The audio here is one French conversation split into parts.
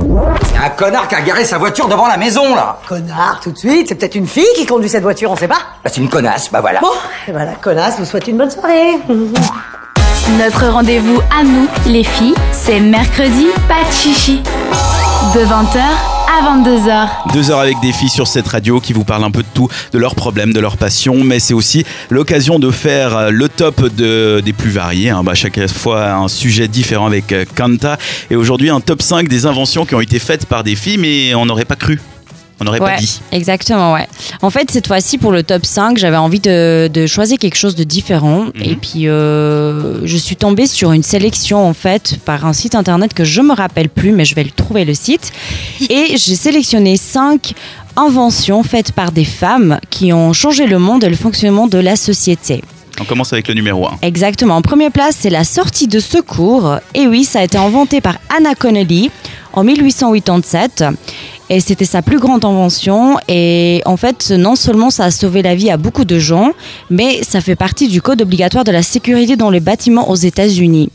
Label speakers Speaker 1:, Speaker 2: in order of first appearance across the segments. Speaker 1: Il y a un connard qui a garé sa voiture devant la maison, là
Speaker 2: Connard, tout de suite, c'est peut-être une fille qui conduit cette voiture, on sait pas.
Speaker 1: Bah, c'est une connasse, bah voilà.
Speaker 2: Bon, et ben la connasse vous souhaite une bonne soirée.
Speaker 3: Notre rendez-vous à nous, les filles, c'est mercredi, pas de chichi. De 20h à 22h.
Speaker 4: Deux heures avec des filles sur cette radio qui vous parlent un peu de tout, de leurs problèmes, de leurs passions, mais c'est aussi l'occasion de faire euh, le top de- des plus variés. hein. Bah, chaque fois un sujet différent avec euh, Kanta. Et aujourd'hui, un top 5 des inventions qui ont été faites par des filles, mais on n'aurait pas cru. On n'aurait
Speaker 5: Ouais,
Speaker 4: pas dit.
Speaker 5: exactement, ouais. En fait, cette fois-ci, pour le top 5, j'avais envie de, de choisir quelque chose de différent.
Speaker 4: Mhm.
Speaker 5: Et puis, euh, je suis tombée sur une sélection, en fait, par un site internet que je me rappelle plus, mais je vais le trouver le site. Et j'ai sélectionné 5 inventions faites par des femmes qui ont changé le monde et le fonctionnement de la société.
Speaker 4: On commence avec le numéro
Speaker 6: Bah,
Speaker 4: 1.
Speaker 5: Exactement. En première place, c'est la sortie de secours. Et oui, ça a été inventé par Anna Connolly en 1887. Et c'était sa plus grande invention. Et en fait, non seulement ça a sauvé la vie à beaucoup de gens, mais ça fait partie du code obligatoire de la sécurité dans les bâtiments aux États-Unis.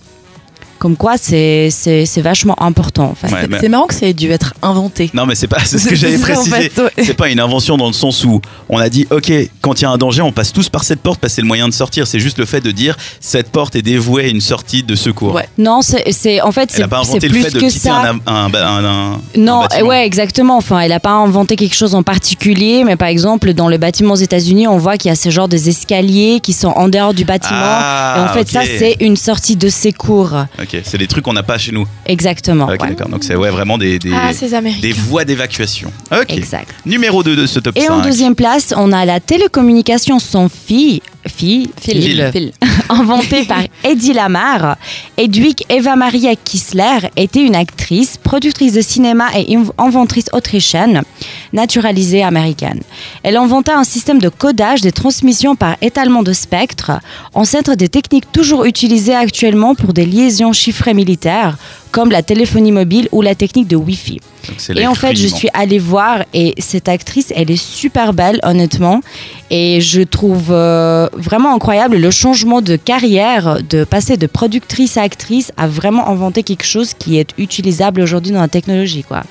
Speaker 5: Comme quoi, c'est c'est- c'est vachement important. Enfin,
Speaker 4: Ouais, mais-
Speaker 6: C'est marrant que ça ait dû être inventé.
Speaker 4: Non, mais c'est pas c'est ce que j'avais
Speaker 6: ça, en
Speaker 4: précisé.
Speaker 6: fait, ouais.
Speaker 4: C'est pas une invention dans le sens où on a dit, ok, quand il y a un danger, on passe tous par cette porte parce que c'est le moyen de sortir. C'est juste le fait de dire, cette porte est dévouée à une sortie de secours.
Speaker 6: Ouais.
Speaker 5: Non, c'est c'est- en
Speaker 4: Elle
Speaker 5: fait, c'est
Speaker 4: n'a pas
Speaker 5: c'est
Speaker 4: inventé le
Speaker 5: plus
Speaker 4: fait de
Speaker 5: que
Speaker 4: quitter
Speaker 5: ça.
Speaker 4: un, un- un- un-
Speaker 5: Non,
Speaker 4: un
Speaker 5: euh,
Speaker 4: bâtiment.
Speaker 5: ouais, exactement. Enfin, elle n'a pas inventé quelque chose en particulier, mais par exemple, dans le bâtiment aux États-Unis, on voit qu'il y a ce genre des escaliers qui sont en dehors du bâtiment.
Speaker 4: Ah,
Speaker 5: et en fait,
Speaker 4: ok.
Speaker 5: ça, c'est une sortie de secours.
Speaker 4: Ok, c'est des trucs qu'on n'a pas chez nous.
Speaker 5: Exactement.
Speaker 4: Ok,
Speaker 5: Ah, ouais.
Speaker 4: d'accord. Donc c'est ouais, vraiment des, des,
Speaker 7: Ah, ces
Speaker 4: des
Speaker 7: Américains.
Speaker 4: voies d'évacuation. Ok.
Speaker 5: Exact.
Speaker 4: Numéro 2 de ce top
Speaker 5: Et
Speaker 4: 5.
Speaker 5: en deuxième place, on a la télécommunication sans fil, fil,
Speaker 4: Fil. Fil.
Speaker 5: inventée par Eddie Lamar. Edwig Eva Maria Kissler était une actrice, productrice de cinéma et inv- inventrice autrichienne, naturalisée américaine. Elle inventa un système de codage des transmissions par étalement de spectre, ancêtre des techniques toujours utilisées actuellement pour des liaisons chiffrées militaires, comme la téléphonie mobile ou la technique de Wi-Fi.
Speaker 4: Donc, c'est
Speaker 5: Et en fait, je
Speaker 4: l'écrivement.
Speaker 5: suis allée voir et cette actrice, elle est super belle, honnêtement. Et je trouve euh, vraiment incroyable le changement de carrière, de passer de productrice à actrice à vraiment inventer quelque chose qui est utilisable aujourd'hui dans la technologie, quoi.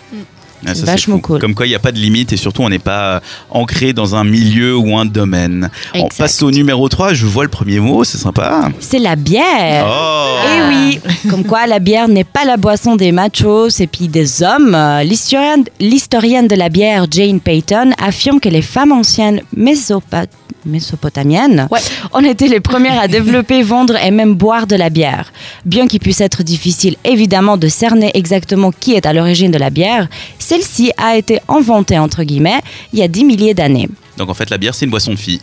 Speaker 4: Ah, ça, c'est
Speaker 5: vachement
Speaker 4: fou.
Speaker 5: cool.
Speaker 4: Comme quoi, il n'y a pas de limite et surtout, on n'est pas euh, ancré dans un milieu ou un domaine. On
Speaker 5: Exact.
Speaker 4: passe au numéro 3. Je vois le premier mot, c'est sympa.
Speaker 5: C'est la bière.
Speaker 4: Oh
Speaker 5: Euh,
Speaker 6: Eh
Speaker 5: Et oui, comme quoi la bière n'est pas la boisson des machos et puis des hommes. Euh, L'historienne l'historienne de la bière Jane Payton affirme que les femmes anciennes mésopa- mésopotamiennes
Speaker 6: Ouais.
Speaker 5: ont été les premières à développer, vendre et même boire de la bière. Bien qu'il puisse être difficile évidemment de cerner exactement qui est à l'origine de la bière, celle-ci a été inventée entre guillemets il y a 10 milliers d'années.
Speaker 4: Donc en fait, la bière, c'est une boisson de filles.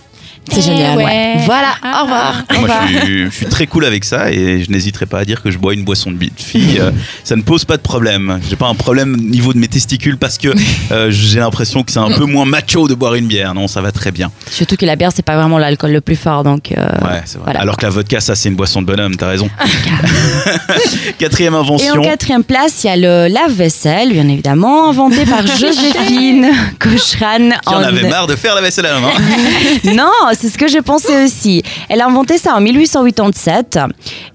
Speaker 6: C'est génial.
Speaker 7: ouais.
Speaker 6: ouais. Voilà,
Speaker 7: Ah,
Speaker 6: au revoir.
Speaker 4: Moi, je suis, je suis très cool avec ça et je n'hésiterai pas à dire que je bois une boisson de bi- de fille. Euh, ça ne pose pas de problème. J'ai pas un problème au niveau de mes testicules parce que euh, j'ai l'impression que c'est un peu moins macho de boire une bière. Non, ça va très bien.
Speaker 5: Surtout que la bière c'est pas vraiment l'alcool le plus fort donc. euh,
Speaker 4: Ouais, c'est vrai.
Speaker 5: voilà.
Speaker 4: Alors que la vodka, ça, c'est une boisson de bonhomme. T'as raison. Quatrième
Speaker 5: Et
Speaker 4: invention.
Speaker 5: en quatrième place, il y a le lave-vaisselle, bien évidemment, inventé par Joséphine Cochran.
Speaker 4: Qui en
Speaker 5: en-
Speaker 4: avait marre de faire la vaisselle à la main.
Speaker 5: Non, c'est ce que je pensais aussi. Elle a inventé ça en 1887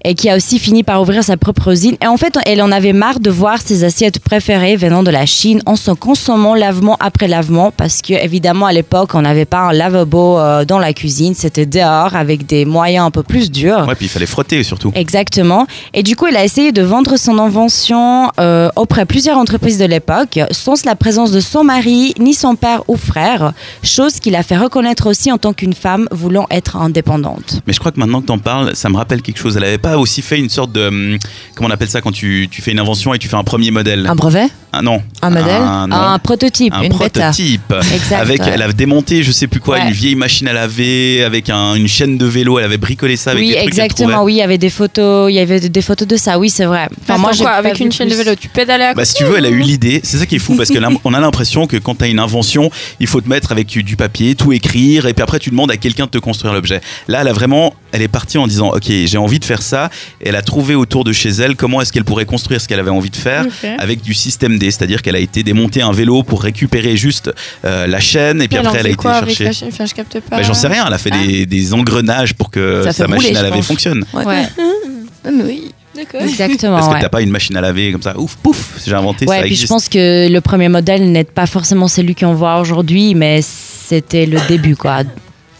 Speaker 5: et qui a aussi fini par ouvrir sa propre usine. Et en fait, elle en avait marre de voir ses assiettes préférées venant de la Chine en se consommant lavement après lavement parce que évidemment à l'époque, on n'avait pas un lavabo euh, dans la cuisine, c'était dehors avec des moyens un peu plus durs.
Speaker 4: Ouais, puis il fallait frotter surtout.
Speaker 5: Exactement. Et du coup, elle a essayé de vendre son invention euh, auprès de plusieurs entreprises de l'époque, sans la présence de son mari, ni son père ou frère, chose qui l'a fait reconnaître aussi en tant qu'une femme voulant être indépendante.
Speaker 4: Mais je crois que maintenant que t'en parles, ça me rappelle quelque chose. Elle avait pas aussi fait une sorte de. hum, Comment on appelle ça quand tu, tu fais une invention et tu fais un premier modèle
Speaker 6: Un brevet
Speaker 4: Ah non.
Speaker 6: Un modèle
Speaker 4: non.
Speaker 5: Un Ah, prototype,
Speaker 4: un
Speaker 5: une bêta.
Speaker 4: prototype
Speaker 5: Exact,
Speaker 4: avec
Speaker 5: ouais.
Speaker 4: elle avait démonté je sais plus quoi
Speaker 5: Ouais.
Speaker 4: une vieille machine à laver avec un- une chaîne de vélo elle avait bricolé ça avec
Speaker 5: Oui,
Speaker 4: des trucs qu'elle
Speaker 5: exactement.
Speaker 4: trouvait.
Speaker 5: Oui, il y avait des photos, il y avait des photos de ça. Oui, c'est vrai.
Speaker 6: Bah,
Speaker 5: Enfin,
Speaker 7: moi,
Speaker 5: j'ai
Speaker 7: quoi,
Speaker 5: pas
Speaker 7: avec
Speaker 5: vu
Speaker 7: une chaîne de
Speaker 5: plus.
Speaker 7: vélo, tu pédales à
Speaker 4: bah, si tu veux, elle a eu l'idée. C'est ça qui est fou parce que là, on a l'impression que quand tu as une invention, il faut te mettre avec du papier, tout écrire, et puis après tu demandes à quelqu'un de te construire l'objet. Là, elle a vraiment, elle est partie en disant, ok, j'ai envie de faire ça. Et elle a trouvé autour de chez elle comment est-ce qu'elle pourrait construire ce qu'elle avait envie de faire
Speaker 7: Ok.
Speaker 5: Mhm.
Speaker 4: avec du système D, c'est-à-dire qu'elle a été démonter un vélo pour récupérer juste euh, la chaîne, et puis
Speaker 7: Elle en
Speaker 4: après elle a
Speaker 7: fait
Speaker 4: été
Speaker 7: quoi avec
Speaker 4: chercher.
Speaker 7: la chaîne Enfin, je capte pas.
Speaker 4: Bah, J'en sais rien,
Speaker 5: Ah.
Speaker 4: elle a fait des, des engrenages pour que
Speaker 6: Ça fait
Speaker 4: sa
Speaker 6: rouler,
Speaker 4: machine à
Speaker 6: je
Speaker 4: laver
Speaker 6: pense.
Speaker 4: fonctionne.
Speaker 6: Ouais.
Speaker 7: Ouais.
Speaker 6: Ah, mais oui.
Speaker 7: D'accord.
Speaker 4: Parce
Speaker 5: Exactement.
Speaker 4: que
Speaker 5: ouais.
Speaker 4: t'as pas une machine à laver comme ça, ouf, pouf, j'ai inventé
Speaker 5: Ouais,
Speaker 4: ça.
Speaker 5: puis je
Speaker 4: existe.
Speaker 5: pense que le premier modèle n'est pas forcément celui qu'on voit aujourd'hui, mais c'était le début, quoi.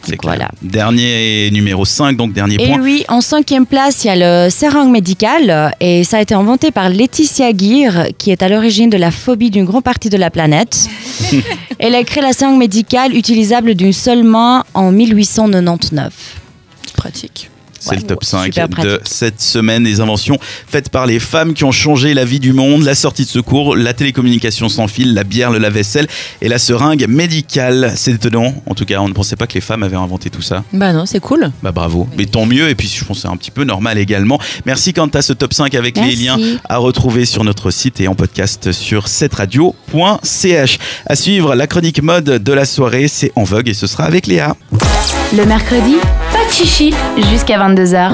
Speaker 4: C'est
Speaker 5: Donc,
Speaker 4: clair.
Speaker 5: voilà.
Speaker 4: Dernier numéro 5, donc dernier
Speaker 5: Et
Speaker 4: point.
Speaker 5: oui, en cinquième place, il y a le seringue médical euh, et ça a été inventé par Laetitia Gear, qui est à l'origine de la phobie d'une grande partie de la planète. Elle a créé la seringue médicale utilisable d'une seule main en 1899.
Speaker 6: Pratique.
Speaker 4: C'est le top
Speaker 5: ouais,
Speaker 4: 5
Speaker 5: super
Speaker 4: de
Speaker 5: pratique.
Speaker 4: cette semaine. Les inventions faites par les femmes qui ont changé la vie du monde, la sortie de secours, la télécommunication sans fil, la bière, le lave-vaisselle et la seringue médicale. C'est étonnant. En tout cas, on ne pensait pas que les femmes avaient inventé tout ça.
Speaker 6: Bah non, c'est cool.
Speaker 4: Bah bravo. Mais tant mieux. Et puis, je pense que c'est un petit peu normal également. Merci quant à ce top 5 avec les
Speaker 5: Merci.
Speaker 4: liens à retrouver sur notre site et en podcast sur cetteradio.ch. À suivre, la chronique mode de la soirée, c'est en vogue et ce sera avec Léa.
Speaker 3: Le mercredi, pas de chichi jusqu'à 22h.